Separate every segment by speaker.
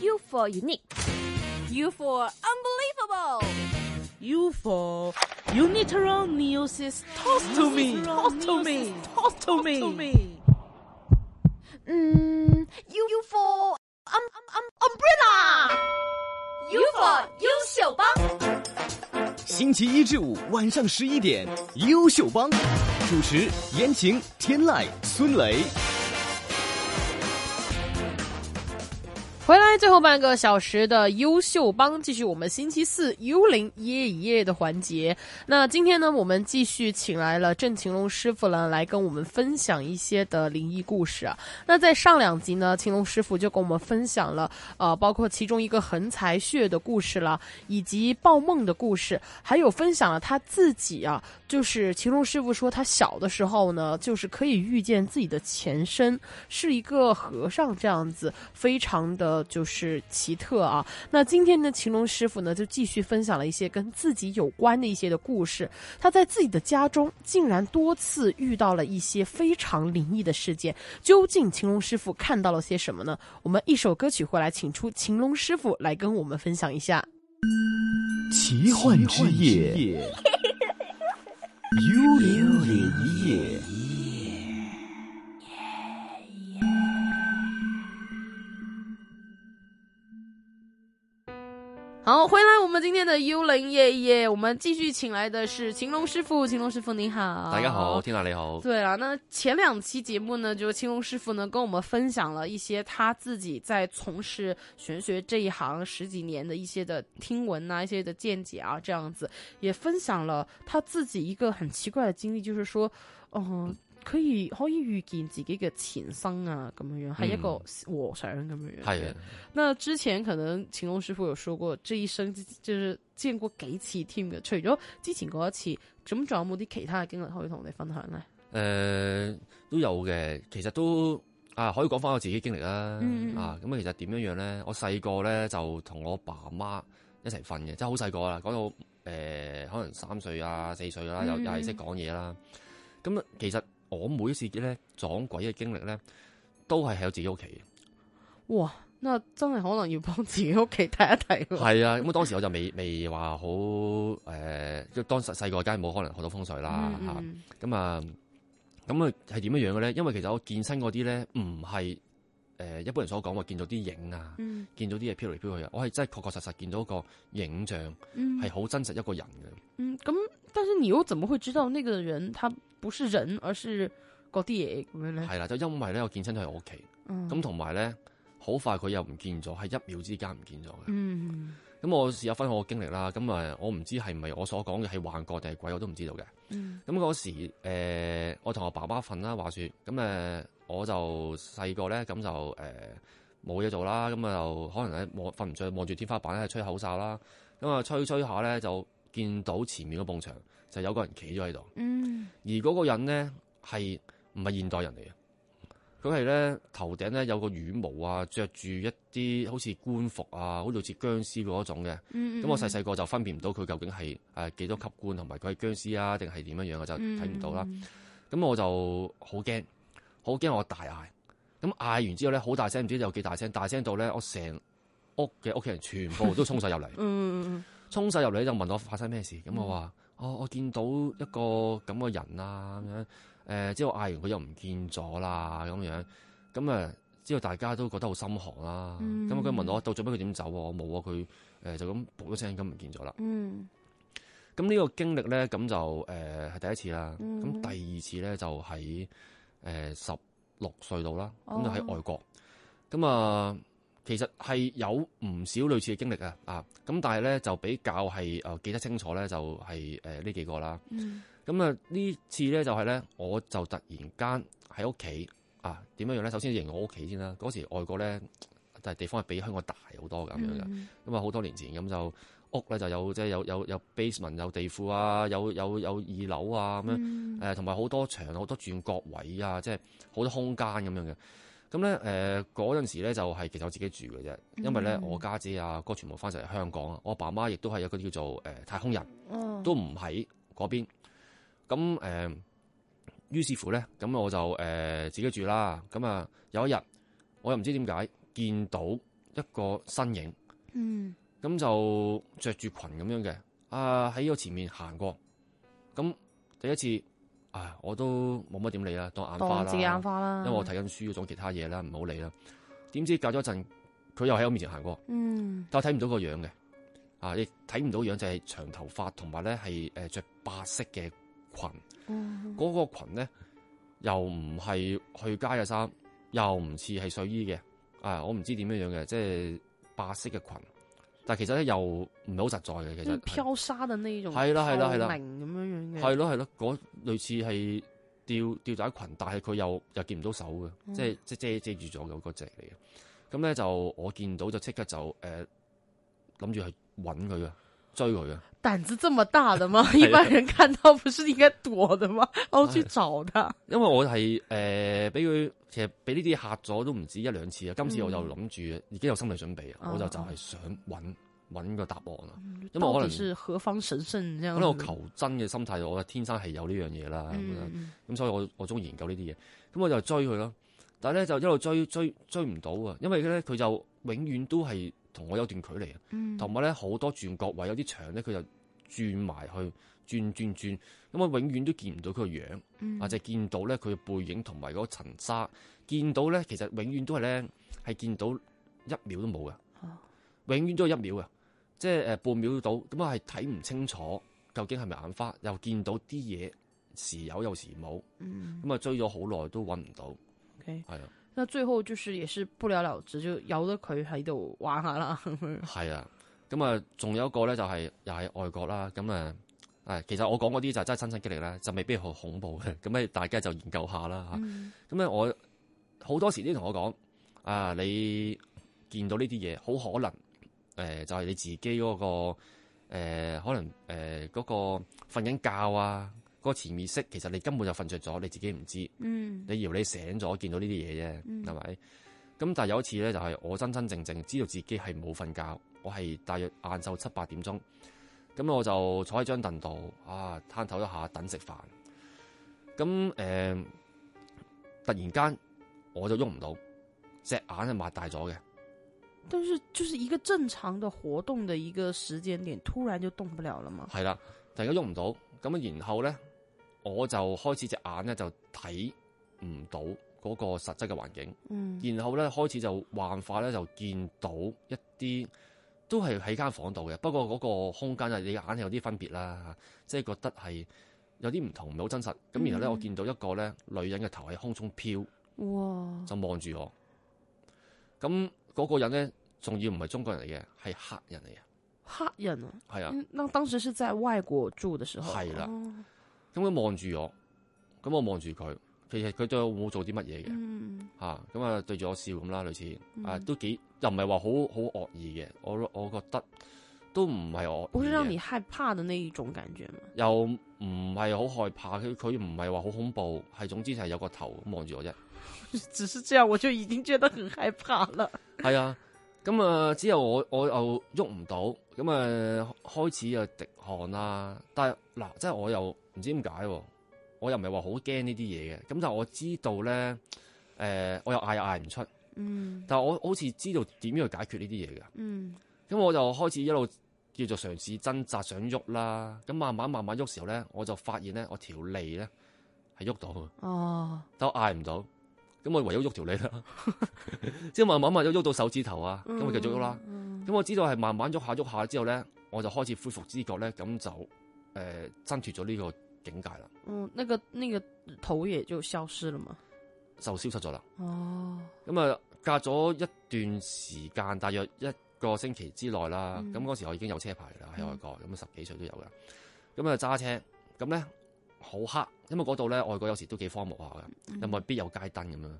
Speaker 1: U for unique, U for unbelievable,
Speaker 2: You for unilateral neosis. Toss to me. Toss to me. Toss to me.
Speaker 1: 嗯，U U Mm, for um um um umbrella, U for 优秀帮。
Speaker 3: 星期一至五晚上十一点，优秀帮主持：言情、天籁、孙雷。
Speaker 4: 回来最后半个小时的优秀帮，继续我们星期四幽灵一夜一夜的环节。那今天呢，我们继续请来了郑晴龙师傅呢，来跟我们分享一些的灵异故事啊。那在上两集呢，晴龙师傅就跟我们分享了呃，包括其中一个横财穴的故事了，以及报梦的故事，还有分享了他自己啊，就是晴龙师傅说他小的时候呢，就是可以预见自己的前身，是一个和尚这样子，非常的就是奇特啊。那今天呢，乾隆师傅呢就继续分享了一些跟自己有关的一些的故事。他在自己的家中竟然多次遇到了一些非常灵异的事件，究竟乾隆师傅看到了些什么呢？我们一首歌曲回来，请出乾隆师傅来跟我们分享一下。
Speaker 3: 奇幻之夜， 幽灵夜。
Speaker 4: 好，回来我们今天的幽灵夜夜，我们继续请来的是乾隆师傅，乾隆师傅您好，
Speaker 5: 大家好，天娜你好，
Speaker 4: 对了，那前两期节目呢，就是青龙师傅呢跟我们分享了一些他自己在从事玄学这一行十几年的一些的听闻啊，一些的见解啊，这样子也分享了他自己一个很奇怪的经历，就是说，嗯、可以可以預見自己嘅前生啊，咁樣樣係一
Speaker 5: 嗯
Speaker 4: 個和尚咁樣樣。
Speaker 5: 係啊，
Speaker 4: 那之前可能乾隆師傅有說過，這一生就是見過幾次添嘅，除咗之前嗰一次，咁仲有冇啲其他嘅經歷可以同我哋分享呢？
Speaker 5: 诶、呃都有嘅，其實都啊，可以講翻我自己經歷啦，
Speaker 4: 嗯嗯嗯
Speaker 5: 啊，咁啊，其實點樣樣咧？我細個咧就同我爸媽一齊瞓嘅，即係好細個啦，講到诶、可能三歲啊、四歲啦，又
Speaker 4: 嗯嗯
Speaker 5: 又係識講嘢啦。咁啊其實我每一次咧撞鬼嘅經歷咧，都係喺我自己屋企嘅。
Speaker 4: 哇，那真係可能要幫自己屋企睇一睇 喎。
Speaker 5: 係啊，咁啊當時我就未未話好诶，即、係當時細個梗係冇可能學到風水啦
Speaker 4: 嗯
Speaker 5: 吓。嚇
Speaker 4: 嗯
Speaker 5: 咁啊，咁啊係點樣樣嘅咧？因為其實我健身嗰啲咧，唔係誒一般人所講話見到啲影啊，
Speaker 4: 嗯
Speaker 5: 見到啲嘢飄嚟飄去啊，我係真係確確實實見到一個影像，
Speaker 4: 嗯
Speaker 5: 係好真實一個人嘅。
Speaker 4: 嗯，咁但是你又怎麼會知道那個人他不是人，而是嗰啲嘢咁樣咧？
Speaker 5: 係啦，就因為咧我健身都喺我屋企，
Speaker 4: 嗯
Speaker 5: 咁同埋咧好快佢又唔見咗，係一秒之間唔見咗嘅。
Speaker 4: 嗯
Speaker 5: 咁我試下分享我經歷啦，咁啊我唔知係唔係我所講嘅係幻覺定係鬼，我都唔知道嘅。
Speaker 4: 嗯
Speaker 5: 咁嗰時、呃、我同我爸爸瞓啦，話説咁誒，我就細個咧，咁就誒冇嘢做啦，咁啊就可能咧望瞓唔着，望住天花板咧吹口哨啦，咁啊吹吹下咧就見到前面嗰埲牆就有個人企咗喺度，
Speaker 4: 嗯
Speaker 5: 而嗰個人咧係唔係現代人嚟嘅？佢係咧頭頂咧有個羽毛啊，着住一啲好似官服啊，好似僵屍嗰種嘅。
Speaker 4: 嗯，
Speaker 5: 咁我細細個就分辨唔到佢究竟係誒幾多級官，同埋佢係僵屍啊，定係點樣樣，我就睇唔到啦。。咁、我就好驚，好驚我大嗌。咁嗌完之後咧，好大聲，唔知有幾大聲，大聲到咧，我成屋嘅屋企人全部都衝晒入嚟
Speaker 4: 嗯
Speaker 5: 衝晒入嚟就問我發生咩事。咁我話：哦，我見到一個咁嘅人啊，咁樣誒、之後嗌完佢又唔見咗啦，咁樣咁啊。之後大家都覺得好心寒啦，
Speaker 4: 嗯
Speaker 5: 咁佢、問我到最尾佢點走啊？我冇啊，佢誒、就咁噗一聲咁唔見咗啦。
Speaker 4: 嗯
Speaker 5: 咁呢個經歷咧，咁就誒係、第一次啦。咁、
Speaker 4: 嗯
Speaker 5: 第二次咧就喺誒十六歲度啦，咁、
Speaker 4: 哦
Speaker 5: 就喺外國。咁啊，其實係有唔少類似嘅經歷啊，啊咁但係咧就比較係誒、呃、記得清楚咧，就係誒呢幾個啦。
Speaker 4: 嗯
Speaker 5: 咁啊呢次咧就係咧，我就突然間喺屋企啊點樣樣咧？首先形容我屋企先啦。嗰時外國咧，但係地方係比香港大好多咁樣嘅。
Speaker 4: 嗯
Speaker 5: 咁啊好多年前咁就屋咧就有即係有有有 basement 有地庫啊，有有有二樓啊咁樣，
Speaker 4: 嗯
Speaker 5: 誒同埋好多牆好多轉角位啊，即係好多空間咁樣嘅。咁咧誒嗰陣時咧就係、其實我自己住嘅啫，因為咧
Speaker 4: 嗯
Speaker 5: 我家姐啊哥全部翻晒嚟香港啊，我爸媽亦都係一個叫做誒、呃太空人。
Speaker 4: 哦
Speaker 5: 都唔喺嗰邊。咁誒、呃，於是乎咧，咁我就誒、呃自己住啦。咁啊，有一日我又唔知點解見到一個身影，
Speaker 1: 嗯，
Speaker 5: 咁就着住裙咁樣嘅，啊喺我前面行過，咁第一次啊我都冇乜點理啦，當眼花
Speaker 2: 當自己眼
Speaker 5: 啦，
Speaker 2: 花啦
Speaker 5: 因。為我睇緊書，做緊其他嘢啦，唔好理啦。點知隔咗一陣，佢又喺我面前行過，
Speaker 1: 嗯，
Speaker 5: 但我睇唔到個樣嘅，啊亦睇唔到樣就係長頭髮，同埋咧係誒着白色嘅裙。
Speaker 1: 嗯
Speaker 5: 嗰、個裙咧又唔係去街嘅衫，又唔似係睡衣嘅，啊，我唔知點樣樣嘅，即係白色嘅裙，但其實咧又唔係好實在嘅，其
Speaker 2: 就是
Speaker 5: 實
Speaker 2: 漂沙的那一種，
Speaker 5: 係啦係啦係啦
Speaker 2: 透明
Speaker 4: 嗯
Speaker 2: 咁樣樣嘅，
Speaker 5: 係咯係咯，嗰類似係吊吊帶裙，但係佢又又見唔到手嘅，即係即係遮遮住咗嘅嗰只嚟嘅。咁咧就我見到就即刻就誒諗住去揾佢嘅，追佢嘅。
Speaker 2: 膽子這麼大的
Speaker 4: 啊
Speaker 2: 嗎？一般人看到不是應該躲的嗎？哦，去找他。
Speaker 5: 因為我係誒俾佢，其實俾呢啲嚇咗都唔止一兩次啊！今次我就諗住已經有心理準備啊，
Speaker 2: 哦
Speaker 5: 我就就係想揾揾個答案啊！因為
Speaker 2: 到
Speaker 5: 可
Speaker 2: 底
Speaker 5: 能
Speaker 2: 是何方神聖這樣
Speaker 5: 可
Speaker 2: 子？
Speaker 5: 能我求真嘅心態，我天生係有呢樣嘢啦，咁樣
Speaker 2: 嗯，
Speaker 5: 咁所以我我中意研究呢啲嘢，咁我就追佢咯。但係咧就一路追追追唔到啊，因為咧佢就永遠都係同我有段距離啊，
Speaker 1: 嗯
Speaker 5: 同埋咧好多轉角位有啲牆咧，佢就轉埋去轉轉轉，咁我永遠都見唔到佢個樣。
Speaker 1: 嗯
Speaker 5: 或者見到咧佢嘅背影同埋嗰層沙，見到咧其實永遠都係咧係見到一秒都冇
Speaker 1: 哦
Speaker 5: 嘅，永遠都係一秒嘅，即係誒半秒到，咁啊係睇唔清楚究竟係咪眼花，又見到啲嘢時有有時冇，
Speaker 1: 嗯
Speaker 5: 咁啊追咗好耐都揾唔到，
Speaker 2: OK，
Speaker 5: 係啊
Speaker 2: 那最後就是也是不了了之，就由得佢喺度玩下啦。
Speaker 1: 嗯
Speaker 5: 係啊，咁啊仲有一個咧就係、又係外國啦，咁啊。誒，其實我講嗰啲就真係親身經歷啦，就未必好恐怖嘅， 咁咧大家就研究下啦嚇。
Speaker 1: 嗯
Speaker 5: 咁咧，我好多時都同我講啊，你見到呢啲嘢，好可能誒、呃就係、你自己嗰、個、呃、可能誒嗰、個瞓緊覺啊，嗰、個潛意識其實你根本就瞓着咗，你自己唔知，
Speaker 1: 嗯
Speaker 5: 你以為你醒咗見到呢啲嘢啫，
Speaker 1: 嗯
Speaker 5: 係咪、咁但係有一次咧，就係、我真真正正知道自己係冇瞓覺，我係大約晏晝七八點鐘，咁我就坐喺張凳度啊，攤頭一下等食飯。咁誒、呃突然間我就喐唔到，隻眼係擘大咗嘅，
Speaker 2: 但是就是一個正常的活動的一個時間點，突然就動不了了嘛。
Speaker 5: 係啦，突然間喐唔到。咁啊然後咧，我就開始隻眼咧就睇唔到嗰個實質嘅環境。
Speaker 1: 嗯
Speaker 5: 然後咧開始就幻化咧就見到一啲都係喺間房度嘅，不過嗰個空間啊，你眼係有啲分別啦，即係覺得係有啲唔同，唔係好真實。咁然後咧，
Speaker 1: 嗯
Speaker 5: 我見到一個咧女人嘅頭喺空中飄，
Speaker 1: 哇，
Speaker 5: 就望住我。咁嗰個人咧，仲要唔係中國人嚟嘅，係黑人嚟嘅，
Speaker 2: 黑人啊，
Speaker 5: 係啊，
Speaker 2: 嗯那當時是在外國住的時候，
Speaker 5: 係啦。
Speaker 1: 哦
Speaker 5: 咁佢望住我，咁我望住佢，其實佢對我冇做啲乜嘢嘅。
Speaker 1: 嗯
Speaker 5: 吓咁啊，對住我笑咁啦，類似啊，
Speaker 1: 嗯
Speaker 5: 都幾又唔係話好好惡意嘅，我我覺得都唔係惡意嘅，
Speaker 2: 不是讓你害怕的那一種感覺嘛。
Speaker 5: 又唔係好害怕，佢佢唔係話好恐怖，係總之係有個頭咁望住我啫。
Speaker 2: 只是這樣，我就已經覺得很害怕了。
Speaker 5: 係啊，咁啊之後我我又喐唔到，咁啊開始啊滴汗啦。但係嗱，即係我又唔知點解喎，我又唔係話好驚呢啲嘢嘅。咁但係我知道咧，誒、我又嗌又嗌唔出，
Speaker 1: 嗯
Speaker 5: 但係我好似知道點樣去解決呢啲嘢嘅。
Speaker 1: 嗯
Speaker 5: 咁我就開始一路叫做嘗試掙扎想喐啦，咁慢慢慢慢喐時候咧，我就發現咧我條脷咧係喐到嘅，
Speaker 1: 哦，
Speaker 5: 但我嗌唔到，咁我唯有喐條脷啦， 之後慢慢慢慢喐到手指頭啊，咁我繼續喐啦，
Speaker 2: 嗯
Speaker 5: 咁我知道係慢慢喐下喐下之後咧，我就開始恢復知覺咧，咁就誒、呃、掙脱咗呢個境界啦，
Speaker 2: 嗯，那個那個頭也就消失了嘛。
Speaker 5: 就消失咗啦。
Speaker 1: 哦，
Speaker 5: 咁啊，隔咗一段時間，大約一個星期之內啦。
Speaker 1: 嗯
Speaker 5: 咁嗰、時我已經有車牌啦，喺外國，咁十幾歲都有啦。咁啊揸車，咁咧好黑，啊因為嗰度咧外國有時都幾荒蕪下嘅，又未必有街燈咁樣，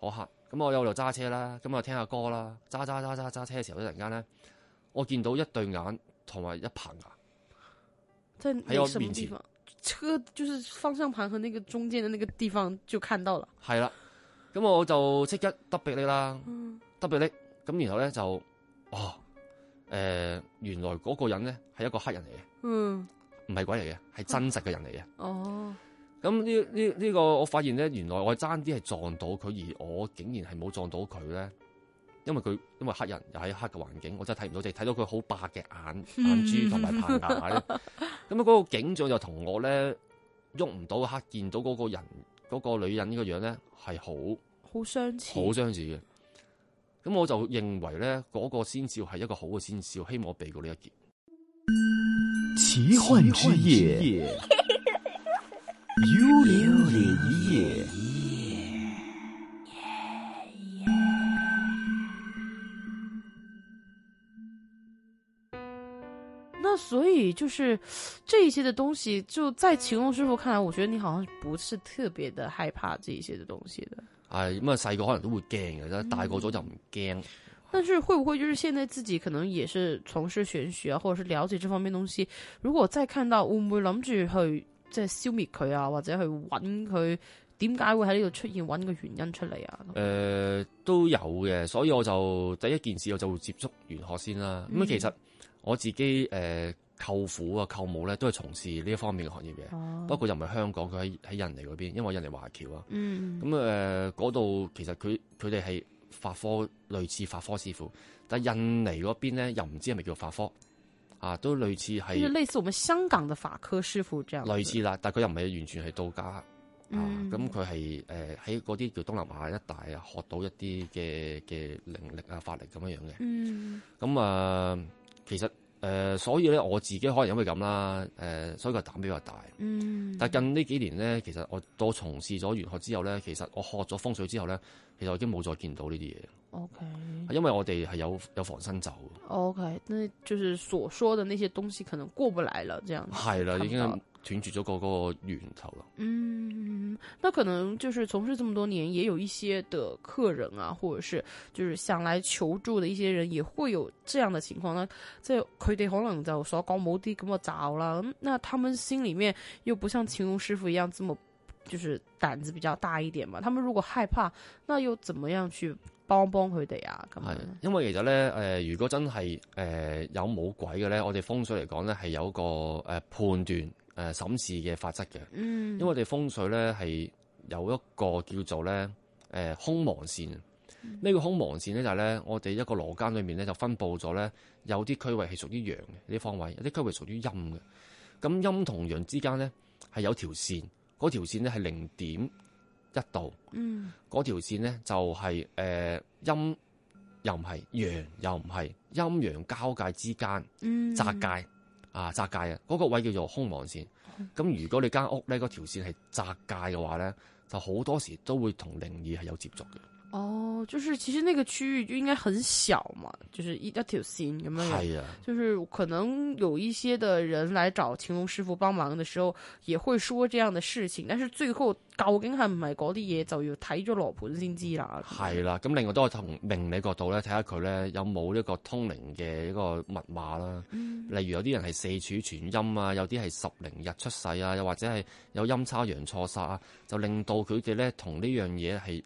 Speaker 5: 好黑。咁我有度揸車啦，咁啊聽下歌啦，揸揸揸揸揸車嘅時候，突然間咧，我見到一對眼同埋一棚牙，
Speaker 2: 在
Speaker 5: 還有
Speaker 2: 那什麼
Speaker 5: 敏捷
Speaker 2: 地方？車就是方向盤和那個中間的那個地方就看到了。
Speaker 5: 係啦。咁我就即刻得鼻力啦，
Speaker 1: 嗯
Speaker 5: 得鼻力。咁然後咧就，哦，誒、原來嗰個人咧係一個黑人嚟嘅。
Speaker 2: 嗯，
Speaker 5: 唔係鬼嚟嘅，係真實嘅人嚟嘅。
Speaker 1: 哦，
Speaker 5: 咁呢呢呢個我發現咧，原來我爭啲係撞到佢，而我竟然係冇撞到佢咧。呢、因為佢因為黑人又喺黑嘅環境，我真係睇唔到，淨係睇到佢好白嘅眼眼珠同埋棚牙咧。咁啊嗰個景象就同我咧喐唔到黑，見到嗰個人嗰、個女人呢個樣咧係好
Speaker 4: 好相似，
Speaker 5: 好相似嘅。咁我就認為咧，嗰、個先兆係一個好嘅先兆，希望我避過呢一劫。
Speaker 3: 奇幻之夜，幽灵夜。
Speaker 4: 那所以就是这一些的东西，就在晴龙师傅看来，我觉得你好像不是特别的害怕这一些的东西的。
Speaker 5: 係咁啊，細個可能都會驚嘅，但大個咗就唔驚。
Speaker 4: 但是会不会就是现在自己可能也是从事玄学啊，或者是了解这方面东西，如果再看到，会唔会谂住去即系消灭佢啊，或者去揾佢点解会喺呢度出现，揾個原因出嚟啊？
Speaker 5: 誒、都有嘅，所以我就第一件事我就會接觸玄學先啦。咁、啊其實我自己誒、舅父啊、舅母咧都係從事呢一方面嘅行業嘅，
Speaker 4: 哦
Speaker 5: 不過又唔係香港，佢喺喺印尼嗰邊，因為我印尼華僑啊。
Speaker 4: 嗯，
Speaker 5: 咁誒嗰度其實佢佢哋係法科類似法科師傅，但係印尼嗰邊咧又唔知係咪叫法科啊，都類似
Speaker 4: 就是
Speaker 5: 係
Speaker 4: 类似我们香港的法科师傅这样子。
Speaker 5: 類似啦，但係佢又唔係完全係道家。啊，
Speaker 4: 嗯
Speaker 5: 咁佢係誒喺嗰啲叫東南亞一帶啊，學到一啲嘅嘅靈力啊、法力咁樣樣嘅。
Speaker 4: 嗯，
Speaker 5: 咁啊、其實誒、呃所以咧我自己可能因為咁啦，誒、所以個膽比較大。
Speaker 4: 嗯，
Speaker 5: 但近呢幾年咧，其實我我從事咗玄學之後咧，其實我學咗風水之後咧，其實我已經冇再見到呢啲嘢，
Speaker 4: OK
Speaker 5: 因為我哋係有有防身咒，
Speaker 4: OK，那就是所说的那些东西可能过不来了，这样子。
Speaker 5: 係
Speaker 4: 看
Speaker 5: 啦，
Speaker 4: 不
Speaker 5: 已經
Speaker 4: 到了
Speaker 5: 斷絕咗個嗰個源頭啦。
Speaker 4: 嗯，那可能就是从事这么多年，也有一些的客人啊，或者是就是想来求助的一些人，也会有这样的情况呢。即系佢哋可能就所讲某啲咁嘅罩啦，嗯那他们心里面又不像秦龙师傅一样这么就是胆子比较大一点嘛。他们如果害怕，那又怎么样去帮帮佢哋啊？咁樣
Speaker 5: 係，因為其實咧，誒、如果真係誒、有冇鬼嘅咧，我哋風水嚟講咧係有一個誒、判斷誒、審視嘅法則嘅，
Speaker 4: 嗯，
Speaker 5: 因為我哋風水咧係有一個叫做咧誒、空亡線。
Speaker 4: 嗯
Speaker 5: 咩叫空亡線咧？就係、咧，我哋一個羅間裏面咧就分佈咗咧，有啲區域係屬於陽嘅呢啲方位，有啲區域屬於陰嘅。咁陰同陽之間咧係有條線，嗰條線咧係零點一度。
Speaker 4: 嗯
Speaker 5: 嗰條線咧就係、呃陰又唔係陽又唔係陰陽交界之間
Speaker 4: 嗯
Speaker 5: 窄界啊窄界啊嗰、個位叫做空亡線。咁如果你間屋咧嗰條線係窄界嘅話咧，就好多時都會同靈異係有接觸嘅。
Speaker 4: 哦，就是其实那个区域就应该很小嘛，就是一一条线咁样樣。
Speaker 5: 係啊，
Speaker 4: 就是可能有一些的人来找晴龙师傅帮忙的时候，也会说这样的事情，但是最后究竟系唔系嗰啲嘢，就要睇咗羅盤先知啦。
Speaker 5: 係啦。咁另外都係同命理角度咧睇下佢咧有冇呢個通靈嘅一個密碼啦。
Speaker 4: 嗯
Speaker 5: 例如有啲人係四柱全陰啊，有啲係十零日出世啊，又或者係有陰差陽錯殺啊，就令到佢哋咧同呢樣嘢係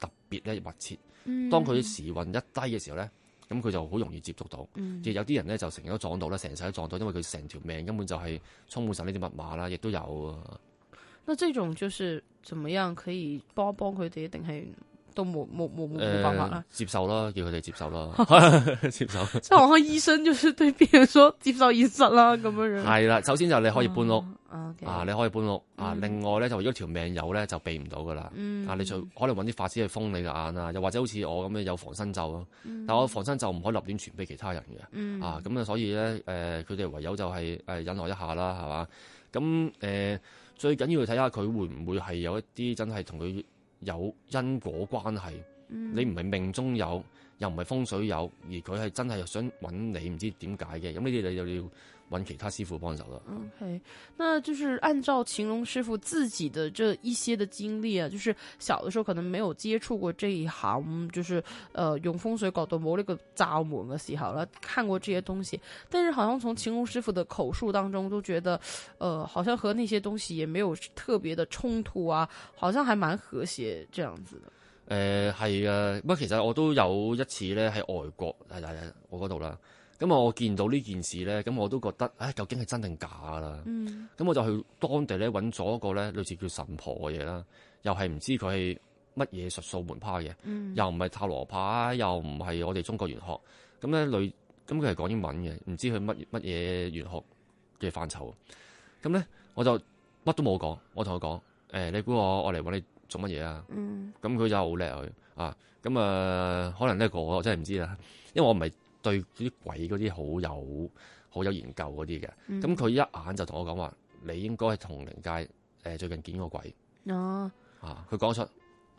Speaker 5: 特別咧密切。
Speaker 4: 嗯
Speaker 5: 當佢時運一低嘅時候咧，咁佢就好容易接觸到。
Speaker 4: 嗯
Speaker 5: 亦有啲人咧就成日都撞到啦，成世都撞到，因為佢成條命根本就係充滿晒呢啲密碼啦，亦都有啊。
Speaker 4: 那這種就是怎麼樣可以幫幫佢哋，定係都冇冇冇冇冇辦法啦
Speaker 5: 誒？呃接受啦，叫佢哋接受啦， 接受。
Speaker 4: 即係我醫生就是對病人說接受現實啦，咁樣樣。
Speaker 5: 係啦，首先就你可以搬屋。
Speaker 4: 啊，OK，
Speaker 5: 啊，你可以搬屋啊。另外咧，就如果條命有咧，就避唔到噶啦。
Speaker 4: 嗯
Speaker 5: 啊，你就可能揾啲法師去封你個眼啊，又或者好似我咁樣有防身咒咯。但我防身咒唔可以立亂傳俾其他人嘅。
Speaker 4: 嗯
Speaker 5: 啊，咁啊，所以咧，誒、佢哋唯有就係、呃忍耐一下啦，係嘛？咁誒、呃最緊要睇下佢會唔會係有一啲真係同佢有因果關係。你唔係命中有，又唔係風水有，而佢係真係想揾你，唔知點解嘅。咁呢啲你就要揾其他師傅幫手啦。
Speaker 4: OK，那就是按照秦龙师傅自己的这一些的经历啊，就是小的时候可能没有接触过这一行，就是呃用风水角度冇呢个罩门嘅时候啦，看过这些东西，但是好像从秦龙师傅的口述当中都觉得，呃，好像和那些东西也没有特别的冲突啊，好像还蛮和谐这样子的。
Speaker 5: 誒係啊，不過其實我都有一次咧喺外國係係係我嗰度啦，咁啊我見到呢件事咧，咁我都覺得唉，究竟係真定假啊啦？
Speaker 4: 嗯
Speaker 5: 咁我就去當地咧揾咗一個咧類似叫神婆嘅嘢啦，又係唔知佢係乜嘢術數門派嘅，
Speaker 4: 嗯
Speaker 5: 又唔係塔羅牌，又唔係我哋中國玄學，咁咧類咁佢係講英文嘅，唔知佢乜乜嘢玄學嘅範疇。咁咧我就乜都冇講，我同佢講，誒、你估我我嚟揾你做乜嘢啊？
Speaker 4: 嗯
Speaker 5: 咁佢就好叻佢啊，咁啊、呃可能呢個我真係唔知啦，因為我唔係對啲鬼嗰啲好有好有研究嗰啲嘅。
Speaker 4: 嗯
Speaker 5: 咁佢、一眼就同我講話，你應該係同靈界誒、呃最近見個鬼
Speaker 4: 啊，
Speaker 5: 啊，佢講出，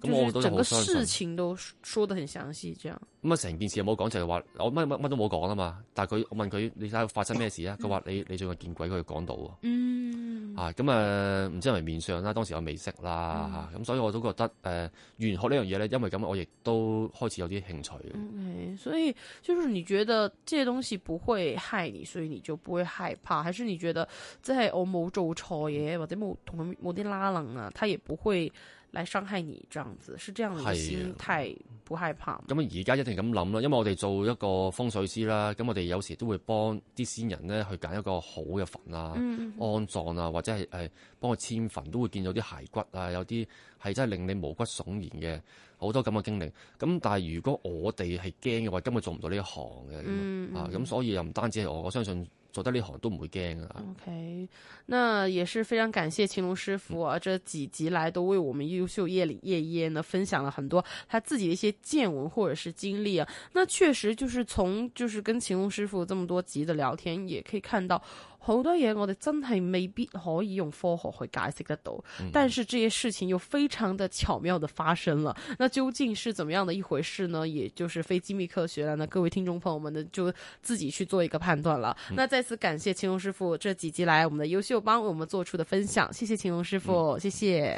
Speaker 5: 咁
Speaker 4: 就
Speaker 5: 我
Speaker 4: 是
Speaker 5: 都
Speaker 4: 整
Speaker 5: 好
Speaker 4: 个
Speaker 5: 相
Speaker 4: 事
Speaker 5: 信。
Speaker 4: 情都说得很详细，这样
Speaker 5: 咁啊，成件事冇講就係話我乜乜乜都冇講啊嘛，但係佢我問佢你睇下發生咩事啊？佢話你你最近見鬼，佢講到喎。
Speaker 4: 嗯
Speaker 5: 啊，咁啊，唔知係咪面相啦，當時我未識啦，咁、所以我都覺得誒、呃、玄學呢樣嘢咧，因為咁我亦都開始有啲興趣嘅。
Speaker 4: ，OK，所以就是你觉得这些东西不会害你，所以你就不会害怕，还是你觉得即系我冇做错嘢或者冇同佢冇啲拉楞啊，他也不会来伤害你，这样子是这样的一个
Speaker 5: 係啊
Speaker 4: 心态，不害怕吗？
Speaker 5: 咁而家一定咁諗啦，因為我哋做一個風水師啦，咁我哋有時都會幫啲先人咧去揀一個好嘅墳啊、安葬啊，或者係誒幫佢遷墳，都會見到啲骸骨啊，有啲係真係令你毛骨悚然嘅，好多咁嘅經歷。咁但係如果我哋係驚嘅話，根本做唔到呢一行嘅咁、啊，咁所以又唔單止係我，我相信做得呢行都唔會驚啊。
Speaker 4: OK，那也是非常感谢青龙师傅啊，这几集来都为我们优秀夜里夜夜呢分享了很多他自己的一些见闻或者是经历啊。那确实就是从就是跟青龙师傅这么多集的聊天，也可以看到好多嘢我哋真係未必可以用科学去解释得到，但是这些事情又非常的巧妙的发生了。那究竟是怎么样的一回事呢？也就是非机密科学了。那各位听众朋友们呢，就自己去做一个判断了。那再次感谢青龙师傅这几集来我们的优秀帮为我们做出的分享，谢谢青龙师傅，谢谢。